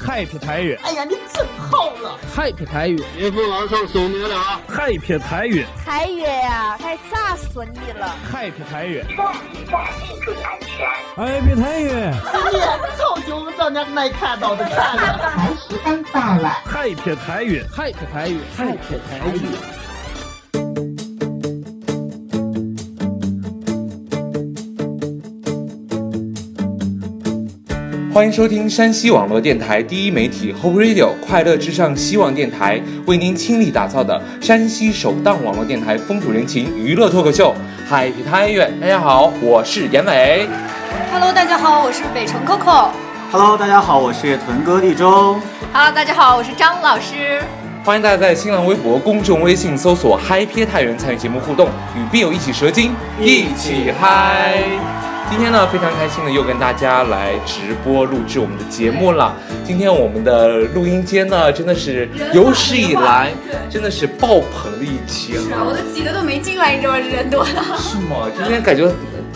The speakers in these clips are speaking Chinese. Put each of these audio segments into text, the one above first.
Happy 台语哎呀，你真好啊了！ ，Happy 台语一副朗诵手名了啊！ ，Happy 台语凯越呀，太炸死你了！ ，Happy 台语哎，别太远，今年超久让人没看到的看了。 ，Happy 台语，Happy 台语，Happy 台语。欢迎收听山西网络电台第一媒体 Hope Radio 快乐至上希望电台为您倾力打造的山西首档网络电台风土人情娱乐脱口秀《海皮太远》。大家好，我是严伟。 Hello，大家好，我是北城 Coco。 Hello，大家好，我是屯哥立 中。 Hello，大家好，我是张老师。欢迎大家在新浪微博、公众微信搜索“嗨撇太原”参与节目互动，与病友一起蛇精，一起嗨！今天呢，非常开心的又跟大家来直播录制我们的节目了。今天我们的录音间呢，真的是有史以来真的是爆棚的一期 啊！都挤得都没进来，你知道吗？人多 的。是吗？今天感觉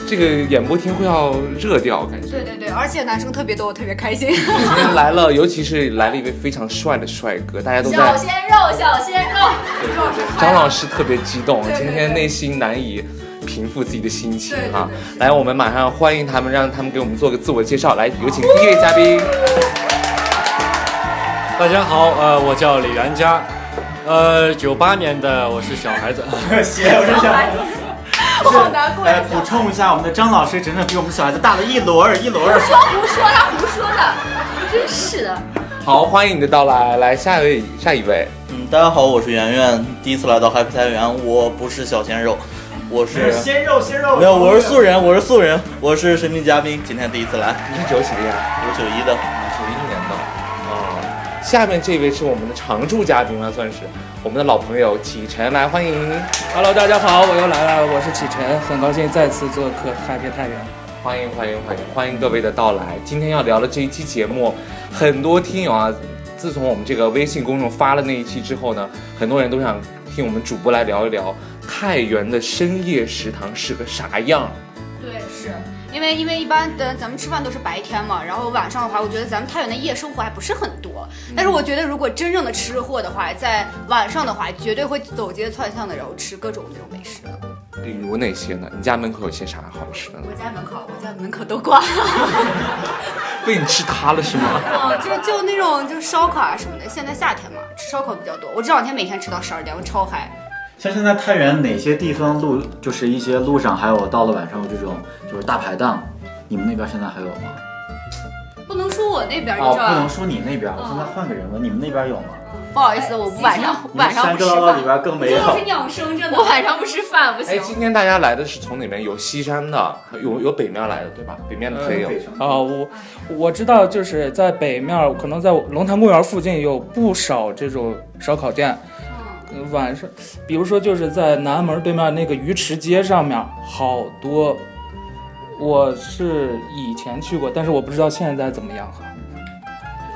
这个演播厅会要热掉，感觉。对对对，而且男生特别多，我特别开心。今天来了，尤其是来了一位非常帅的帅哥，大家都在。鲜肉， 小鲜肉。对对对，张老师。师特别激动，对对对今天内心难以平复自己的心情对对哈、对对来，我们马上欢迎他们，让他们给我们做个自我介绍。来，有请第一位嘉宾。大家好，呃，我叫李元佳，呃，九八年的，我是小孩子，谢我是想，我好难过呃呀。，补充一下，我们的张老师整整比我们小孩子大了一轮儿一轮儿。啊胡说，他胡说的，真是的。好，欢迎你的到来。来，下一位，下一位，嗯，大家好，我是圆圆，第一次来到 Happy 菜园，我不是小鲜肉，我是鲜肉鲜肉没有，我是素人，我是素人，我是神秘嘉宾，今天第一次来，你是九几的呀？我是九一的，九一年的。哦，下面这位是我们的常驻嘉宾了，算是我们的老朋友启辰，来欢迎， Hello，大家好，我又来了，我是启辰，很高兴再次做客 Happy 太原。欢迎欢迎欢迎欢迎各位的到来。今天要聊的这一期节目，啊很多听友啊，自从我们这个微信公众发了那一期之后呢，很多人都想听我们主播来聊一聊太原的深夜食堂是个啥样。对，是。因为因为一般的咱们吃饭都是白天嘛，然后晚上的话，我觉得咱们太原的夜生活还不是很多。但是我觉得如果真正的吃货的话，在晚上的话，绝对会走街串巷的，然后吃各种这种美食的。比如哪些呢？你家门口有些啥好吃的呢？我家门口，我家门口都挂了。被你吃塌了是吗？ 哦，就就那种就烧烤啊什么的。现在夏天嘛，吃烧烤比较多。我这两天每天吃到十二点，我超嗨。像现在太原哪些地方路，就是一些路上还有到了晚上有这种就是大排档，你们那边现在还有吗？不能说我那边儿，啊哦，你知不道能吧？说你那边，我现在换个人问，你们那边有吗？不好意思，我不晚上你们山哥唠唠里边更没有。养生，真的。我晚上不吃饭不哎，今天大家来的是从哪边？有西山的，有有北面来的对吧？呃北面的朋友。啊、我我知道，就是在北面儿，可能在龙潭公园附近有不少这种烧烤店。呃晚上，比如说就是在南门对面那个鱼池街上面，好多。我是以前去过，但是我不知道现在怎么样哈。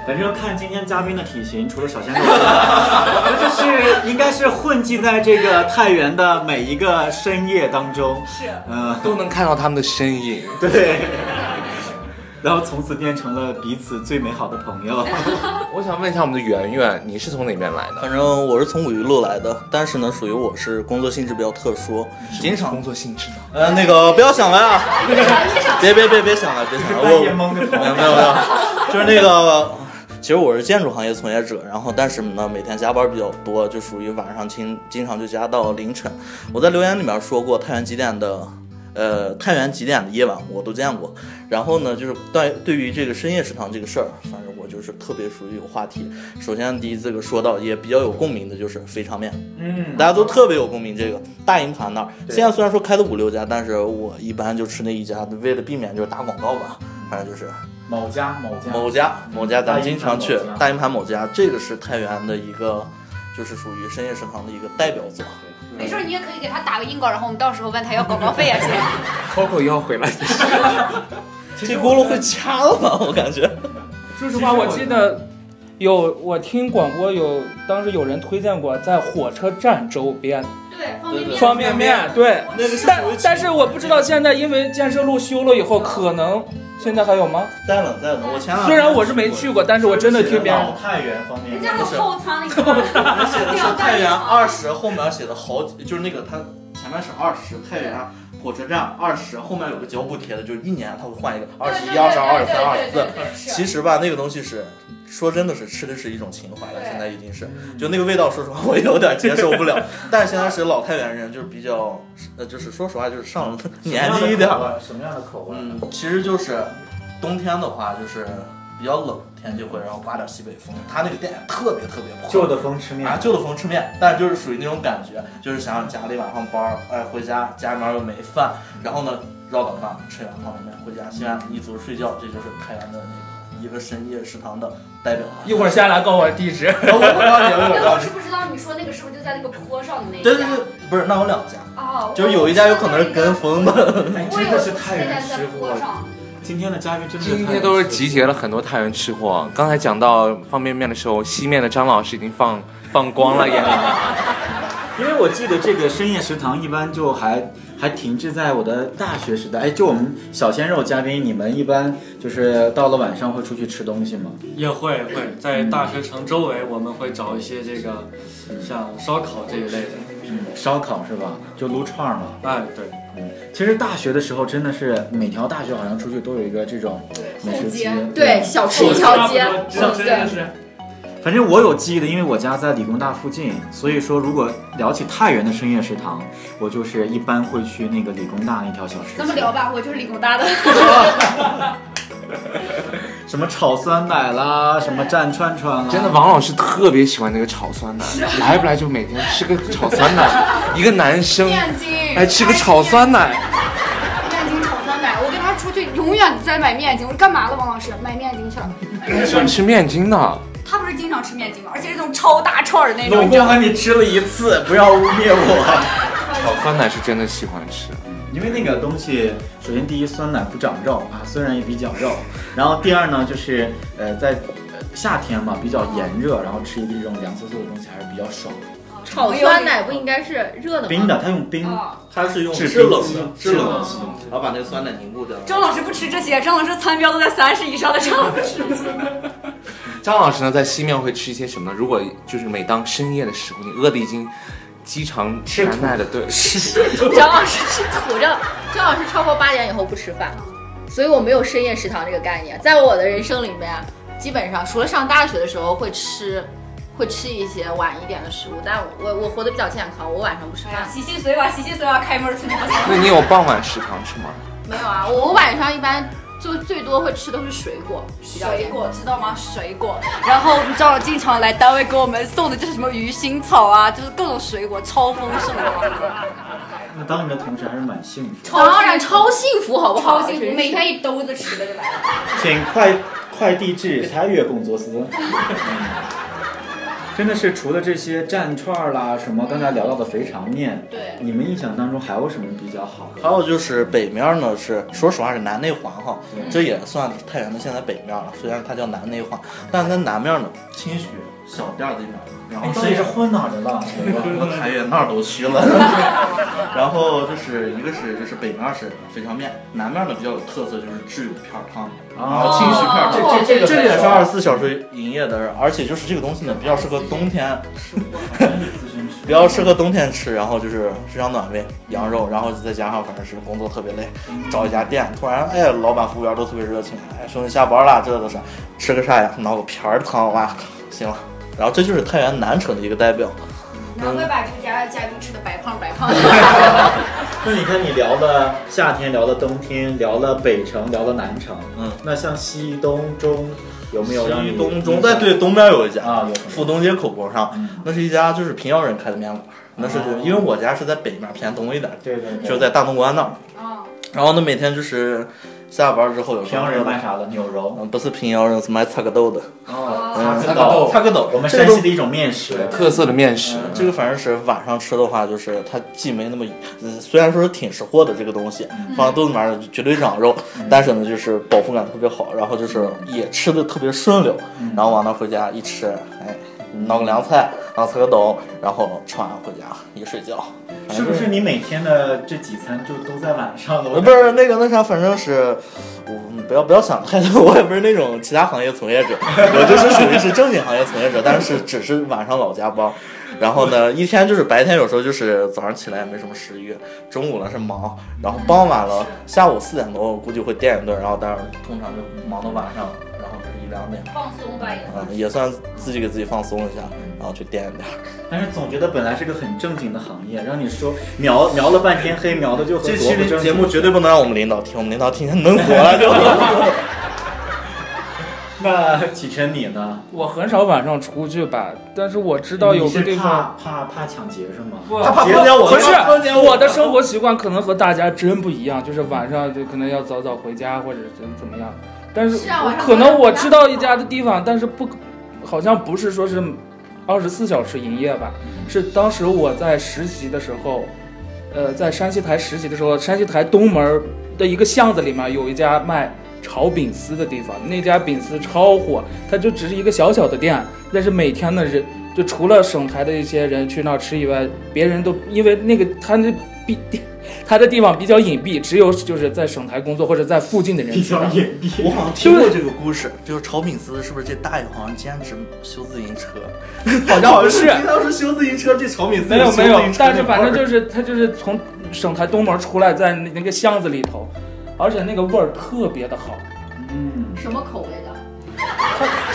反正看今天嘉宾的体型，除了小 鲜肉，我们就是应该是混迹在这个太原的每一个深夜当中。是，嗯、都能看到他们的身影，对。 然后从此变成了彼此最美好的朋友。我想问一下我们的圆圆，你是从哪边来的？反正我是从五一路来的，但是呢，属于我是工作性质比较特殊，经常，工作性质呢？呃，那个不要想来啊，别别别别想来，别想来，半夜我蒙着头没有没有没有，就是那个。其实我是建筑行业从业者，然后但是呢，每天加班比较多，就属于晚上经经常就加到凌晨。我在留言里面说过，太原几点的，呃，太原几点的夜晚我都见过。然后呢，就是对对于这个深夜食堂这个事儿，反正我就是特别属于有话题。首先第一这个说到也比较有共鸣的就是肥肠面，嗯，大家都特别有共鸣。这个大营盘那儿，现在虽然说开了五六家，但是我一般就吃那一家，为了避免就是打广告吧，反正就是某家某家某家某家，咱大们营经常盘去某家啊大营盘某家，这个是太原的一个，就是属于深夜食堂的一个代表作。没事儿，你也可以给他打个硬稿，然后我们到时候问他要广告费啊， 姐。 Coco 又要回来，这轱辘会掐了吧？我 感觉。说实话，我 记得有我听广播有，当时有人推荐过在火车站周边对，方便方便面，对。那个是但属于但是我不知道现在因为建设路修了以后，可能现在还有吗？在冷在冷，我前两天虽然我是没去过，但是我真的听别人老太原方面人，家的是 后仓那个写的是太原二十，后面写的好几，就是那个它前面是二十，太原火车站二十，后面有个脚补贴的，就是一年它会换一个二十一、二十二、二十三、二十四。四其实吧，那个东西是说真的是吃的是一种情怀了，对现在已经是就那个味道，说实话我有点接受不了。但是现在是老太原人，就是比较呃，就是说实话就是上了年纪 一点儿，什么样的口味？嗯，其实就是冬天的话就是比较冷，天气会然后刮点西北风，它那个店特别特别破，旧的风吃面啊，，旧的风吃面，但是就是属于那种感觉，就是想想家里晚上班儿，哎，回家家里面又没饭，然后呢绕到饭吃完泡面回家，心安理足睡觉，这就是太原的那个一个深夜食堂的代表。一会儿下来告诉我地址。我不告诉你，我不那告我诉是你。不知道你说那个是不是就在那个坡上的那一家？对对对，不是，那有两家，哦，就是有一家有可能是跟风的。哎，我真有的是太原在吃坡货。上，今天的嘉宾真的今天都是集结了很多太原吃货。刚才讲到方便面的时候，西面的张老师已经放 放光了眼里面。因为我记得这个深夜食堂一般就还还停滞在我的大学时代。哎，就我们小鲜肉嘉宾，你们一般就是到了晚上会出去吃东西吗？也会会在大学城周围，我们会找一些这个像烧烤这一类的。嗯，烧烤是吧？就撸串儿嘛。嗯哎，对，其实大学的时候真的是每条大学好像出去都有一个这种美食街，对，小吃一条街，真的是。反正我有记忆的，因为我家在理工大附近，所以说如果聊起太原的深夜食堂，我就是一般会去那个理工大那条小吃街。咱们聊吧，我就是理 工大的。什么炒酸奶啦，什么啊蘸串串啦，真的，王老师特别喜欢那个炒酸奶，来不来就每天吃个炒酸奶。 一个男生 面筋，来哎吃个炒酸奶，面筋炒酸奶，我跟他出去永远在买面筋。我说干嘛了，王老师？买面筋去了。哎喜欢吃面筋的。他不是经常吃面筋吗？而且是那种超大串儿的那种。总共和你吃了一次，不要污蔑我。炒酸奶是真的喜欢吃，因为那个东西，首先第一，酸奶不长肉啊，虽然也比较肉。然后第二呢，就是呃，在呃夏天嘛，比较炎热，然后吃一个这种凉飕飕的东西还是比较爽。炒酸奶不应该是热的吗？冰的，它用冰，哦它是用制制冷冰的机，制冷的制嗯冷机，然后把那个酸奶凝固掉。张老师不吃这些，张老师餐标都在三十以上的张老师。 张老师呢在西面会吃一些什么呢？如果就是每当深夜的时候，你饿的已经饥肠难耐的， 对，张老师是土张，张老师超过八点以后不吃饭，所以我没有深夜食堂这个概念。在我的人生里面，基本上除了上大学的时候会吃，会吃一些晚一点的食物，但我我我活得比较健康，我晚上不吃哎呀饭，。洗洗随娃，洗洗随娃，开门出去不那你有傍晚食堂是吗？没有啊，我我晚上一般就最多会吃的是水果，比较水健康果知道吗？水果。然后你知道，经常来单位给我们送的就是什么鱼腥草啊，就是各种水果，超丰盛啊的。那当你的同时还是蛮幸福的。 当然超幸福，好不好？超幸福，每天一兜子吃的就来了。 请快快递至他月工作室。 真的是除了这些蘸串儿啦，什么刚才聊到的肥肠面，对你们印象当中还有什么比较好的？还有就是北面呢，是说实话是南内环哈，嗯这也算太原的现在北面了。虽然它叫南内环，嗯但是它南面呢，清徐小店儿这面，然后哎到底深是夜混哪儿的 了？我太原那儿都去了。然后就是一个是就是北面是肥肠面，南面呢比较有特色就是挚友片儿汤，然后清徐片儿汤。哦啊这这个哦这也是二十四小时营业的，而且就是这个东西呢比较适合冬天，比较适合冬天吃，然后就是非常暖胃，羊肉，嗯然后再加上反正是工作特别累，找一家店，突然哎，老板服务员都特别热情，哎，说你下班了，这都是吃个啥呀？闹个片儿汤哇，行了。然后这就是太原南城的一个代表，嗯难怪把这个家嘉宾吃的白胖白 胖的。那你看，你聊了夏天，聊了冬天，聊了北城，聊了南城，嗯，那像西东中有没有让你西东中，印象在对东边有一家啊有府东街口坡上嗯，那是一家就是平遥人开的面馆，那是哦因为我家是在北面偏东一点，对对对，就是在大东关那儿，嗯，然后呢每天就是下班之后有时平候遥人卖啥的？牛肉，嗯，不是平遥人，是卖擦个豆的。哦嗯擦个豆，擦个豆我们这个山东西的一种面食。特色的面食，这个反正是晚上吃的话，就是它既没那么，嗯，虽然说是挺识货的这个东西，放到肚子里面绝对长肉，嗯但是呢，就是饱腹感特别好，然后就是也吃的特别顺溜，嗯然后往那回家一吃，哎，弄个凉菜，然后擦个豆，然后吃完回家一睡觉，反是正不就是你呃每天的这几餐就都在晚上了？不是那个那啥，反正是，我不要不要想太多，我也不是那种其他行业从业者，我就是属于是正经行业从业者，但是只是晚上老加班。然后呢，一天就是白天有时候就是早上起来也没什么食欲，中午呢是忙，然后傍晚了下午四点多我估计会垫一顿，然后但是通常就忙到晚上，然后一两点，放松吧也嗯，也算自己给自己放松一下，然后去垫一点。但是总觉得本来是个很正经的行业，让你说描描了半天黑，描的就很这多期不的正节经。 目绝对不能让我们领导听，我们领导听见能死了就。那启辰你呢？我很少晚上出去吧，但是我知道有你个是地方。怕怕怕抢劫是吗？不他怕碰见我不他怕碰是见我的生活习惯可能和大家真不一样，就是晚上就可能要早早回家或者怎怎么样。但是是啊晚上可能回家我知道一家的地方，但是不，好像不是说是二十四小时营业吧？是当时我在实习的时候，呃，在山西台实习的时候，山西台东门的一个巷子里面有一家卖炒饼丝的地方，那家饼丝超火，它就只是一个小小的店，但是每天的人就除了省台的一些人去那儿吃以外，别人都因为那个他那比他的地方比较隐蔽，只有就是在省台工作或者在附近的人比去那较儿。隐蔽。我好像听过这个故事，就是炒饼丝是不是这大爷好像兼职修自行车？ 好像不 是当时修自行车，这炒饼丝没有修自没有行车，但是那反正味儿就是他就是从省台东门出来，在那个巷子里头，而且那个味儿特别的好，嗯，什么口味的？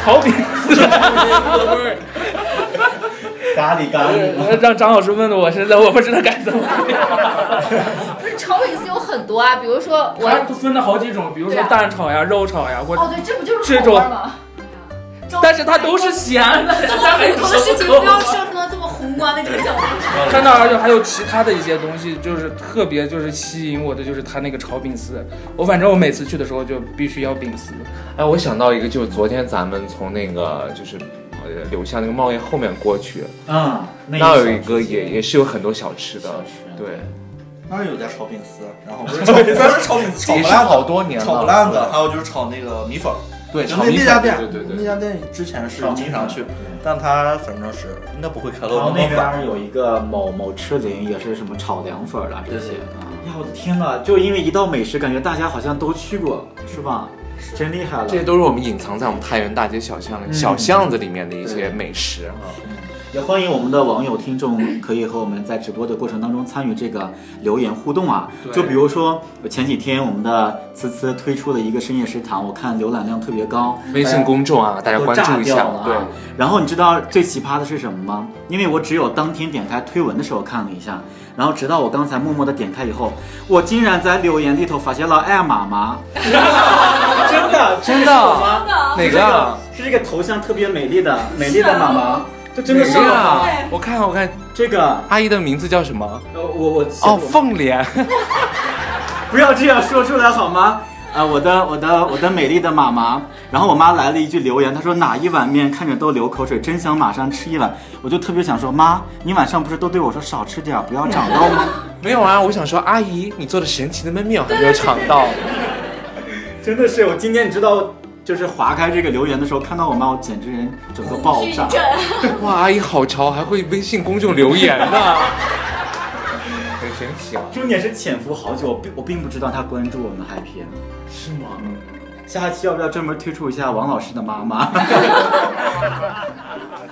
炒 饼丝的味儿。 咖喱咖喱。让张老师问的我，现在我不知道该怎么 办。不是炒饼丝有很多啊，比如说我它分了好几种，比如说对啊蛋炒呀、肉炒呀，或者，哦对，这不就是口味吗？但是它都是咸 的，它没有普通的事情什么不要上升到这么宏啊观的这个 角度。看到而且还有其他的一些东西，就是特别就是吸引我的，就是它那个炒饼丝。我反正我每次去的时候就必须要饼丝。 哎，我想到一个，就是昨天咱们从那个就是呃柳巷那个贸易后面过去，嗯，那一有一小个时也也是有很多小吃的，对，那儿有家炒饼丝，然 后不是炒饼丝，是炒饼丝，炒也不是烂好多年了，炒不烂子，还有就是炒那个米粉儿，对，就啊炒那米那粉家店，对对那对，家店之前是经常去对，但他反正是应该不会开到然后那那么边晚。儿有一个某某吃林，也是什么炒凉粉儿啦这些对啊。呀，我的天呐，就因为一道美食，感觉大家好像都去过，是吧？真厉害了。这些都是我们隐藏在我们太原大街小巷里、嗯小巷子里面的一些对美食啊。也欢迎我们的网友听众可以和我们在直播的过程当中参与这个留言互动啊。就比如说前几天我们的呲呲推出的一个深夜食堂，我看浏览量特别高，呃微信公众啊，大家都关炸注一掉下了。对，啊。然后你知道最奇葩的是什么吗？因为我只有当天点开推文的时候看了一下，然后直到我刚才默默的点开以后，我竟然在留言里头发现了爱妈 妈，真的真的哪个啊？是这个头像特别美丽的美丽的妈妈，这真的是哪个啊？我看我看，这个。阿姨的名字叫什么？呃，我我哦，凤莲。不要这样说出来好吗？啊、我的我的我的美丽的妈妈，然后我妈来了一句留言，她说哪一碗面看着都流口水，真想马上吃一碗。我就特别想说，妈，你晚上不是都对我说少吃点儿，不要长高吗？没有啊，我想说，阿姨，你做的神奇的焖面我还没有尝到。真的是，我今天你知道，就是划开这个留言的时候，看到我妈，我简直人整个爆炸。哇，阿姨好潮，还会微信公众留言呢，很神奇啊。重点是潜伏好久，我并我并不知道她关注我们 Happy。是吗？下期要不要专门推出一下王老师的妈妈？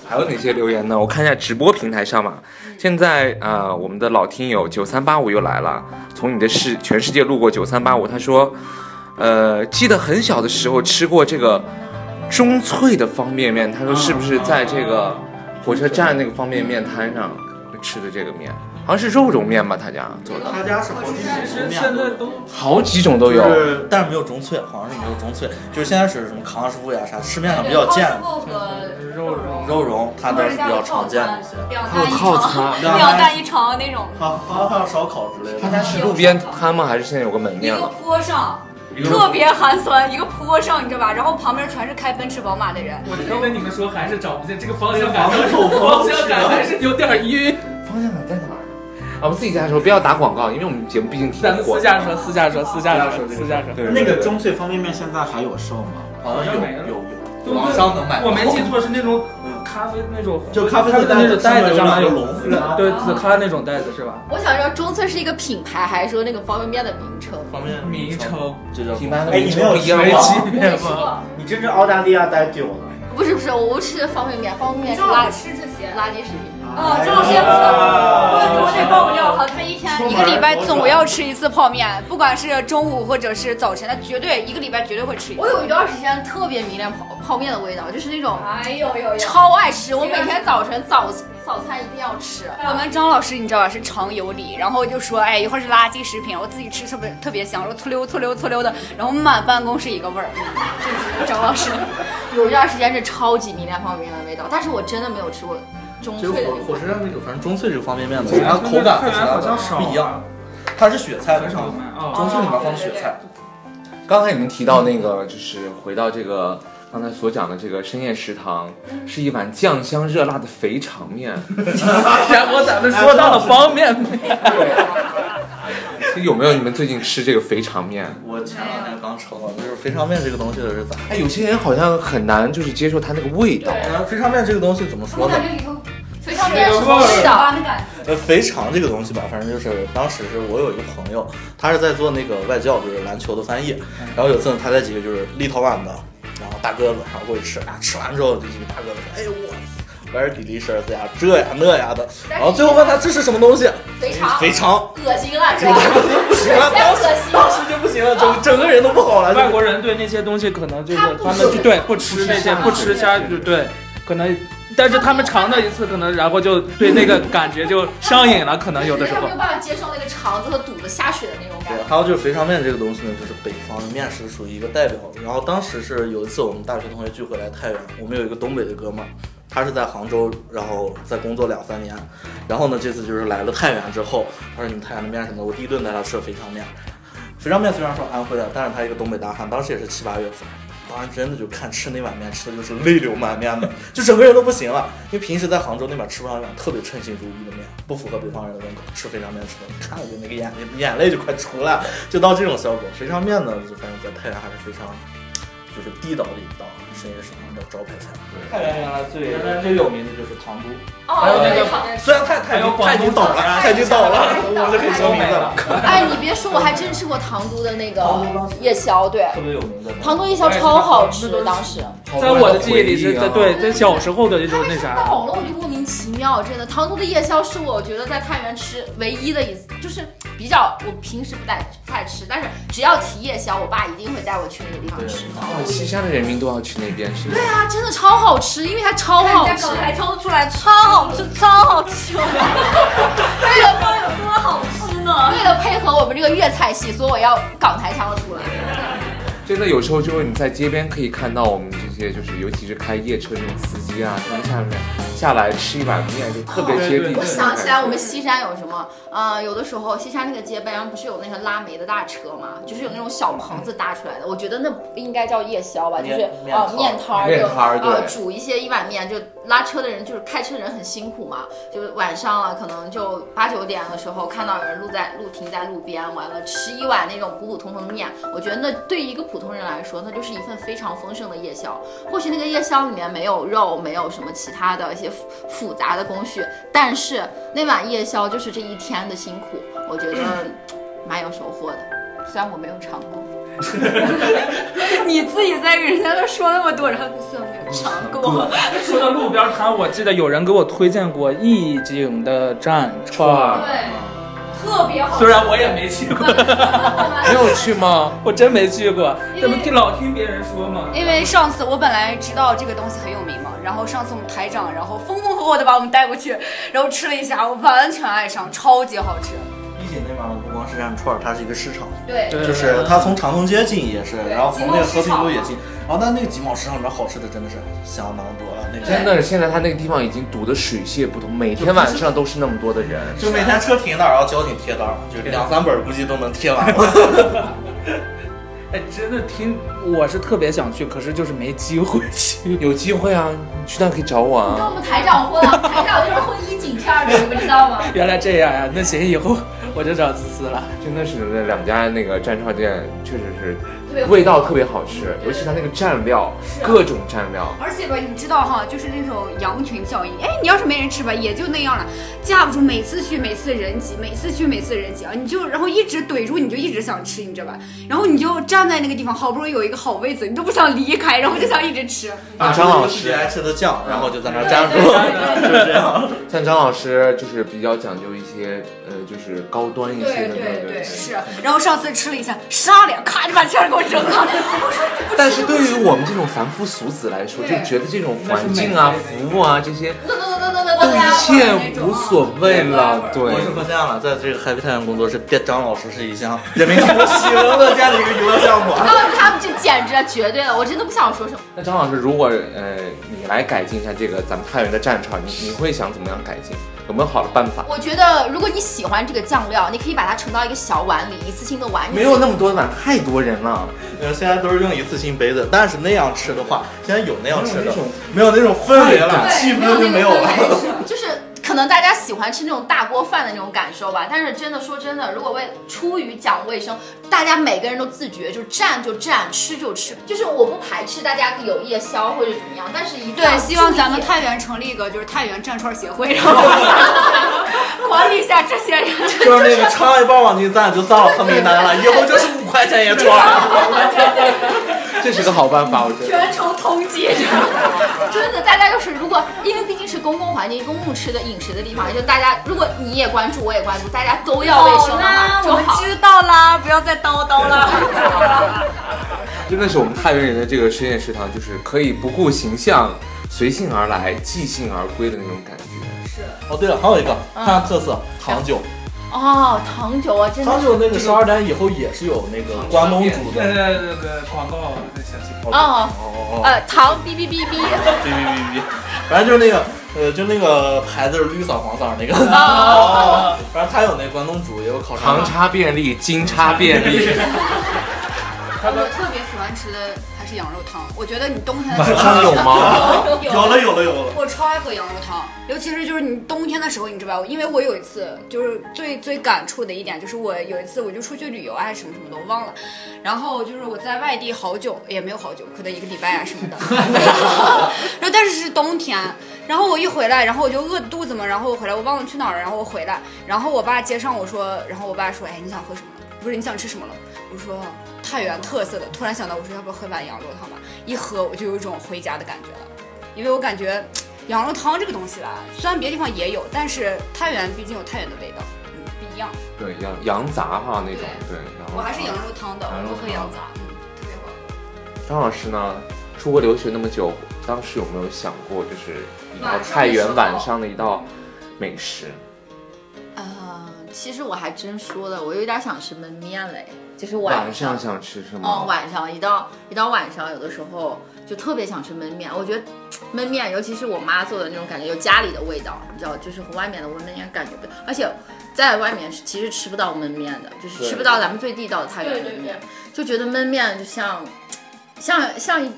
还有哪些留言呢？我看一下直播平台上嘛。现在呃，我们的老听友九三八五又来了，从你的世全世界路过九三八五，他说，呃，记得很小的时候吃过这个中脆的方便面，他说是不是在这个火车站那个方便面摊上吃的这个面？好像是肉蓉面吧，他家做的，他家是好几种面 现在都好几种都有。就是但是没有中脆，好像是没有中脆，就是现在是什么康师傅呀啥，市面上比较见的肉蓉肉蓉，它那儿是比较常见的一些。两还有大一套长，餐，两大一长那种，好，发放烧烤之类他家是路边摊吗？还是现在有个门一面 个了？坡上。特别寒酸，一个坡上，你知道吧？然后旁边全是开奔驰、宝马的人，我刚跟你们说还是找不见这个方向感，方向感啊还是有点晕。方向感在哪儿？啊，我们自己家的时候不要打广告，因为我们节目毕竟挺咱们火私的。下说，私下说，私下说，私下说。对那个中脆方便面现在还有售吗？好像有没了有有，网上能买到。我没记错是那种咖啡那种，就咖啡咖色啡的那种袋子上面有有龙，对紫咖那种袋子是吧？我想知道中村是一个品牌，还是说那个方便面的名称？方面名称这叫品牌的哎你名没有称不一样没区吗？吃过别吗？过，你真是澳大利亚待久了。不是不是，我不吃方便面，方便面你是知道我垃不吃这些垃圾食品。啊，这种事情不能，我我得爆料哈，他一天一个礼拜总要吃一次泡面，不管是中午或者是早晨，他绝对一个礼拜绝对会吃一我次。有一段时间特别迷恋泡泡面的味道，就是那种哎呦呦！超爱吃，我每天早晨早早餐一定要吃。我们张老师你知道吧，是常有理，然后就说，哎，一会儿是垃圾食品，我自己吃特别特别香，然后醋溜醋溜醋溜的，然后满办公室一个味儿，就是张老师。有一段时间是超级迷恋方便面的味道，但是我真的没有吃过中就是脆的火火车上那种，反正中脆这个方便面的，中脆它口感看和其起他来好的像少不一样，它是雪菜的很少卖啊。中脆里面放雪菜，刚才你们提到那个，就是回到这个刚才所讲的这个深夜食堂，嗯是一碗酱香热辣的肥肠 面，然后咱们说到了方便面，有没有你们最近吃这个肥肠面？我前两天刚吃过，就是肥肠面这个东西的是咋？哎，有些人好像很难就是接受它那个味道。呃肥肠面这个东西怎么说呢？里头非常面是味道。的感觉。呃，肥肠这个东西吧，反正就是当时是我有一个朋友，他是在做那个外教，就是篮球的翻译。嗯然后有一次他在几个就是立陶宛的，然后大哥子，然后过去吃，啊，吃完之后就一个大哥子说：“哎呦我，very delicious 呀，这呀那呀的。”然后最后问他这是什么东西，肥肠，肥肠，恶心了，知这个道大吗？哥啊就不行了，当时太恶心了当时就不行了，整整个人都不好了。外国人对那些东西可能就是他不他们吃就对不吃那些不不吃吃虾就对，可能。但是他们尝了一次，可能然后就对那个感觉就上瘾了，可能有的时他候没有。办法接受那个肠子和肚子下水的那种感对觉。，还有就是肥肠面这个东西呢，就是北方的面食属于一个代表。然后当时是有一次我们大学同学聚会来太原，我们有一个东北的哥们儿，他是在杭州，然后在工作两三年，然后呢这次就是来了太原之后，他说你们太原的面什么的，我第一顿带他吃了肥肠面。肥肠面虽然是安徽的，但是他一个东北大汉，当时也是七八月份。当时真的就看吃那碗面，吃的就是泪流满面的， 就整个人都不行了。因为平时在杭州那边吃不上一碗特别称心如意的面，不符合北方人的胃口，吃肥肠面吃的，看我就那个眼睛眼泪就快出来了。就到这种效果。肥肠面呢，就反正在太原还是非常就是地道的一道深夜食堂的招牌菜。太原原来最原来最有名的就是糖都，哦还有那对个好虽然太太还有平广太东平倒了，太平倒了，我就可以说名字了。哎，你别说，我还真吃过唐都的那唐个都夜宵，对，特别有名的那个唐都夜宵超好吃，当时。在我的记忆里是好多人在的回忆啊对，在小时候的一种那到啥，了我就莫名其妙，真的，唐都的夜宵是我觉得在太原吃唯一的一次，就是比较我平时不太不太吃，但是只要提夜宵，我爸一定会带我去那个地方吃。哦，西山的人民都要去那边是吗？啊，真的超好吃，因为它超好吃，抽出来，超好吃，超好 吃。为了多好吃呢！为了配合我们这个粤菜系，所以我要港台腔出来。真的有时候就是你在街边可以看到我们这些就是尤其是开夜车那种司机啊，他们下面下来吃一碗面就特别接地气。我想起来，我们西山有什么？呃，有的时候西山那个街边上不是有那个拉煤的大车吗？就是有那种小棚子搭出来的，我觉得那不应该叫夜宵吧，就是面面呃摊儿面摊儿，面就摊儿对呃煮一些一碗面，就拉车的人就是开车的人很辛苦嘛，就是晚上了，可能就八九点的时候看到有人路在路停在路边，完了吃一碗那种普普通通的面，我觉得那对一个普通人来说，那就是一份非常丰盛的夜宵。或许那个夜宵里面没有肉，没有什么其他的一些复复杂的工序，但是那碗夜宵就是这一天的辛苦，我觉得嗯蛮有收获的。虽然我没有尝过， 你自己在给人家都说那么多，然后你怎么没有尝过？嗯说到路边摊，我记得有人给我推荐过意境的蘸串，对，特别好虽然我也没去过，没有去吗？我真没去过，因为怎么听老听别人说嘛？因为上次我本来知道这个东西很有名嘛，然后上次我们台长然后风风火火的把我们带过去，然后吃了一下，我完全爱上，超级好吃。一锦那边儿不光是蘸串儿，它是一个市场，对对就是它从长通街进也是，对然后从那个和平路也集进，然后但那个集贸市场里面好吃的真的是相当多了，那个真的，现在他那个地方已经堵得水泄不通，每天晚上都是那么多的人。就每天车停那儿，然后交警贴单儿，就是两三本儿估计都能贴完了。哎，真的听，我是特别想去，可是就是没机会去。有机会啊，你去那可以找我跟啊。我们台长混了，台长就是混衣锦片儿的，你们知道吗？原来这样呀、那行，以后我就找思思了。真的是那两家那个蘸串店确实是别啊味道特别好吃，尤其它那个蘸料，各种蘸料。而且吧，你知道哈，就是那种羊群效应。哎，你要是没人吃吧，也就那样了。架不住每次去，每次人挤，每次去，每次人挤啊，你就然后一直怼住，你就一直想吃，你知道吧？然后你就站在那个地方，好不容易有一个好位子，你都不想离开，然后就想一直吃。把张老师爱吃的酱，然后就在那儿粘住，就是这样。像张老师就是比较讲究一些，呃，就是高端一些对的那对种。对，是。然后上次吃了一下，杀脸，咔就把钱给我扔了。 我说你不吃但是对于我们这种凡夫俗子来说，就对觉得这种环境啊、服务啊这些噔噔噔噔噔都噔啊一噔，切无所谓了。对我，是发现了，在这个 Happy 太原工作室，店张老师是一项人民生活喜闻乐见的一个娱乐项目。告诉他们这简直啊绝对了，我真的不想说什么。那张老师，如果呃你来改进一下这个咱们太原的战场，你你会想怎么样改进？有没有好的办法？我觉得如果你喜欢这个酱料，你可以把它盛到一个小碗里，一次性的碗。你没有那么多碗，太多人了。呃，现在都是用一次性杯子，但是那样吃的话，现在有那样吃的没有那种，没有那种氛围快了，感气氛就没有了。就是可能大家喜欢吃那种大锅饭的那种感受吧，但是真的说真的，如果为出于讲卫生，大家每个人都自觉，就蘸就蘸，吃就吃，就是我不排斥大家有夜宵或者怎么样，但是一定要对，希望咱们注意太原成立一个就是太原站串协会，然后管理一下这些人。就是那个唱一半往进赞就算了，很为难了，以后就是五块钱一串。这是个好办法，我觉得。全城通缉， 真的，大家就是如果因为毕竟是公共环境、公共吃的饮食的地方，就大家如果你也关注，我也关注，大家都要卫生的话就好。知道啦，不要再叨叨了。真的是我们太原人的这个深夜食堂，就是可以不顾形象，随性而来，即兴而归的那种感觉。哦，对了，还有一个它的特色糖酒，哦，糖酒啊，真的糖酒那个十二点以后也是有那个关东煮对的。对对对，广告在想起。哦，哦哦，呃，糖哔哔哔哔，哔哔哔哔，反正就是那个，呃，就那个牌子是绿色黄色那个。哦哦， 反正它有那关东煮，也有烤肠糖。差便利，金差便利。 我特别喜欢吃的还是羊肉汤，我觉得你冬天的时晚候上有吗？有有了有了有了，我超爱喝羊肉汤，尤其是就是你冬天的时候，你知道吧？因为我有一次就是最最感触的一点，就是我有一次我就出去旅游啊，还是什么什么的，我忘了。然后就是我在外地好久，也没有好久，可能一个礼拜啊什么的。然后但是是冬天，然后我一回来，然后我就饿肚子嘛，然后我回来我忘了去哪儿了，然后我回来，然后我爸接上我说，然后我爸说，哎，你想喝什么？不是你想吃什么了？我说太原特色的。突然想到，我说要不要喝碗羊肉汤吧？一喝我就有一种回家的感觉了。因为我感觉羊肉汤这个东西吧，虽然别的地方也有，但是太原毕竟有太原的味道，嗯，不一样。 对，羊羊杂哈那种，对。哦然后我还是羊肉汤的，羊肉汤我不喝羊杂，嗯，特别好。张老师呢，出国留学那么久，当时有没有想过，就是一道太原晚上的一道美食？ 呃，其实我还真说了，我有点想吃焖面嘞，就是晚上想吃什么？哦，晚上一到一到晚上，有的时候就特别想吃焖面。我觉得焖面，尤其是我妈做的那种感觉，有家里的味道，你知道，就是和外面的焖面感觉不。而且在外面是其实吃不到焖面的，就是吃不到咱们最地道的太原焖面，就觉得焖面就像像像一。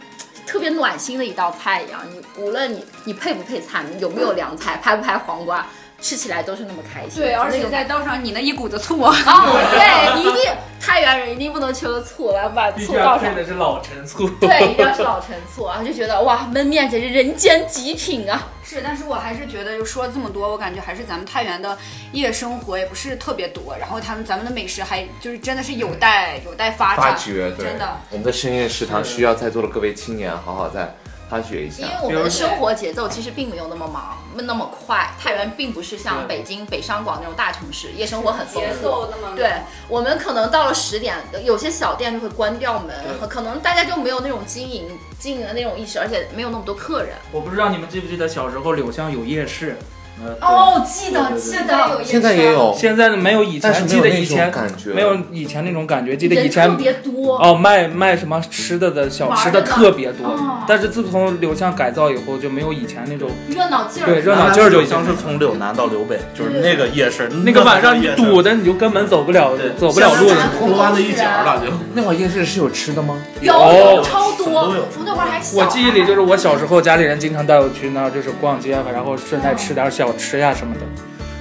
特别暖心的一道菜一样，你无论你你配不配菜，你有没有凉菜，拍不拍黄瓜，吃起来都是那么开心。对，而那且种再倒上你那一股子醋，啊 哦，对，一定太原人一定不能缺了醋，我要把必醋须要倒配上。的是老陈醋。对，一定要是老陈醋啊，就觉得哇，焖面简直人间极品啊！是，但是我还是觉得，就说了这么多，我感觉还是咱们太原的夜生活也不是特别多，然后他们咱们的美食还就是真的是有待有待发发展，掘，对，真的。我们的深夜食堂需要在座的各位青年好好再发掘一因下为。我们的生活节奏其实并没有那么忙，那么快。太原并不是像北京、北上广那种大城市，夜生活很丰富。那么对我们可能到了十点，有些小店就会关掉门，可能大家就没有那种经营经营的那种意识，而且没有那么多客人。我不知道你们记不记得小时候柳巷有夜市？呃，哦，记得对对对啊记在得有，现在也有，现在没有以但前，是记没有得那以种前感觉，没有以前那种感觉，记得以人特前别多。哦卖卖什么吃的的小吃的特别多，哦但是自从柳巷改造以后就没有以前那种热闹劲儿，对热啊闹劲儿就已经像是从柳南到柳北，就是嗯那个夜市，那个晚上你夜市堵的你就根本走不了对走不了路像了。是铜锣湾的一角了就。那会儿夜市是有吃的吗？有哦有超多，么都有我那会儿还小。我记忆里就是我小时候家里人经常带我去那儿就是逛街，然后顺带吃点小吃呀什么的。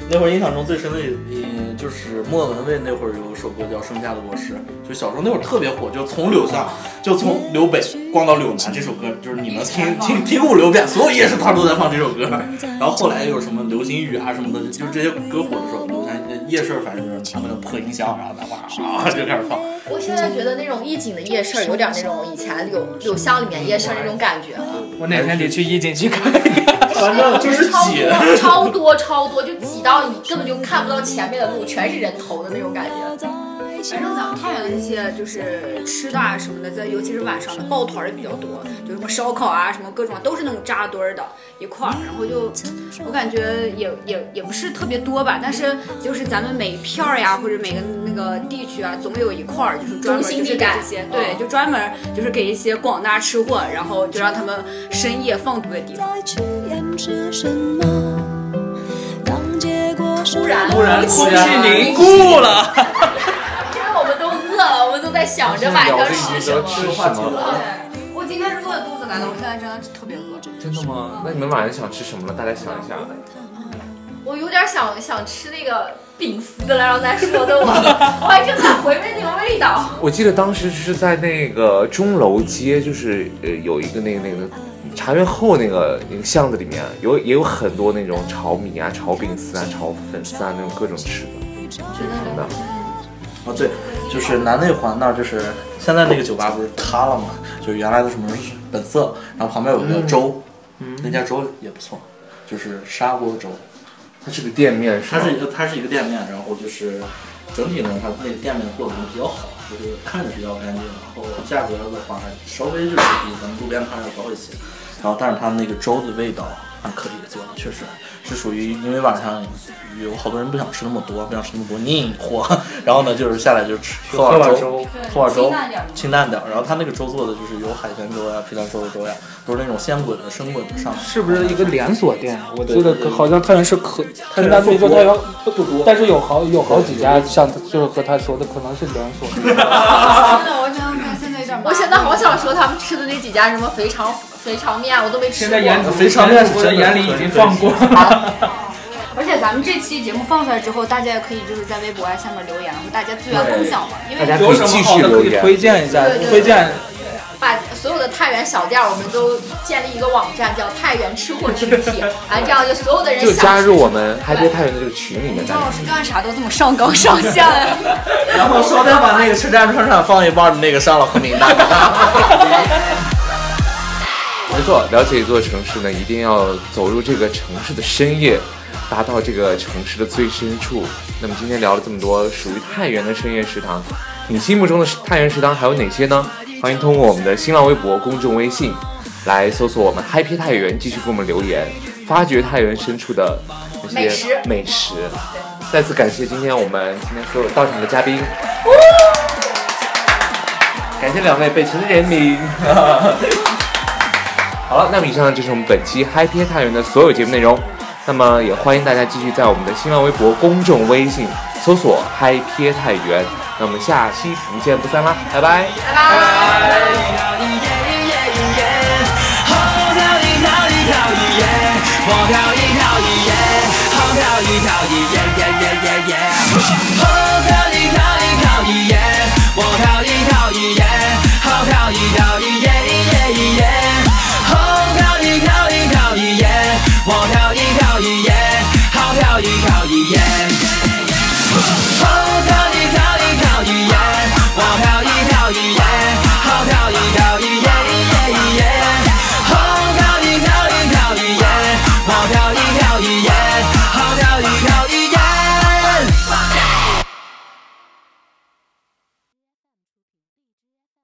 那会儿印象中最深的一嗯就是莫文蔚那会儿有首歌叫《盛夏的果实》，就小时候那会儿特别火，就从柳巷，就从柳北逛到柳南，这首歌就是你能听 听听五六遍，所有夜市摊都在放这首 歌。然后后来有什么流行语啊什么的，就是这些歌火的时候，柳南夜市反正就是他们的破音箱，然后大哇哇就开始放。我现在觉得那种一景的夜市儿有点那种以前柳柳巷里嗯面夜市儿那种感觉了，我哪天得去一景去看一看。反正就是超挤，多超多超多，就挤到你根本就看不到前面的路，全是人头的那种感觉。反正咱们太原的那些就是吃的啊什么的，在尤其是晚上的抱团儿的比较多，就什么烧烤啊什么各种都是那种扎堆儿的一块儿，然后就我感觉也也也不是特别多吧，但是就是咱们每一片儿呀或者每个那个地区啊，总有一块儿就是专门中心就是地给带嗯这些对，就专门就是给一些广大吃货，然后就让他们深夜放毒的地方。突然，突然空气凝固了，因为我们都饿了，我们都在想着晚上吃什么。吃什么了？我今天是饿肚子来的，我现在真的是特别饿。真的吗？那你们晚上想吃什么了？大家想一想。我有点想想吃那个饼丝的了，让咱说 的我，我还正在回味那个味道。我记得当时是在那个钟楼街，就是呃有一个那个那个茶园后那个那个巷子里面，有也有很多那种炒米啊、炒饼丝啊、炒粉丝啊那种各种吃的。真的，哦，对，就是南内环那儿，就是现在那个酒吧不是塌了吗？就是原来的什么本色，然后旁边有个粥，那家粥也不错，就是砂锅粥。它是个店面是它吗？是一个它是一个店面，然后就是整体呢，它那个店面做的比较好，就是看着比较干净，然后价格的话稍微就是比咱们路边摊要高一些，然后但是它那个粥的味道。它可以做的确实是属于，因为晚上有好多人不想吃那么多，不想吃那么多腻乎，然后呢就是下来就吃喝喝碗碗粥，粥，搓碗粥清淡点儿，清淡点儿。然后他那个粥做的就是有海鲜粥呀、皮蛋瘦肉粥呀，都是那种现滚的、生滚的上来。是不是一个连锁店？我对记得对对好像太原是可，太原但不没说多太原不多但是有好有好几家像就是和他说的可能是连锁。真的，我真的现在有点麻木。我现在好想说他们吃的那几家什么肥肠肥肠面，我都没吃过。肥肠面是我真的的眼里已经放过了。而且咱们这期节目放出来之后，大家也可以就是在微博啊下面留言，和大家资源共享嘛。因为大家可有以什么继好续的留可以言。推荐一下对对？对推荐把所有的太原小店儿，我们都建立一个网站，叫太原吃货群 体，啊，这样就所有的人就想加入我们嗨爹太原的这个群里面，大张家老师干啥都这么上纲 上线，然后稍微把那个吃战串串放一半的那个上了和名单。没错，了解一座城市呢，一定要走入这个城市的深夜，达到这个城市的最深处。那么今天聊了这么多属于太原的深夜食堂，你心目中的太原食堂还有哪些呢？欢迎通过我们的新浪微博、公众微信来搜索我们 Happy 太原，继续给我们留言，发掘太原深处的那美些食美食。再次感谢今天我们今天所有到场的嘉宾，感谢两位北辰的人民。好了，那么以上就是我们本期《嗨 i 太原》的所有节目内容。那么也欢迎大家继续在我们的新浪微博、公众微信搜索“嗨 i 太原”。那我们下期不见不散啦，拜拜。我飘逸，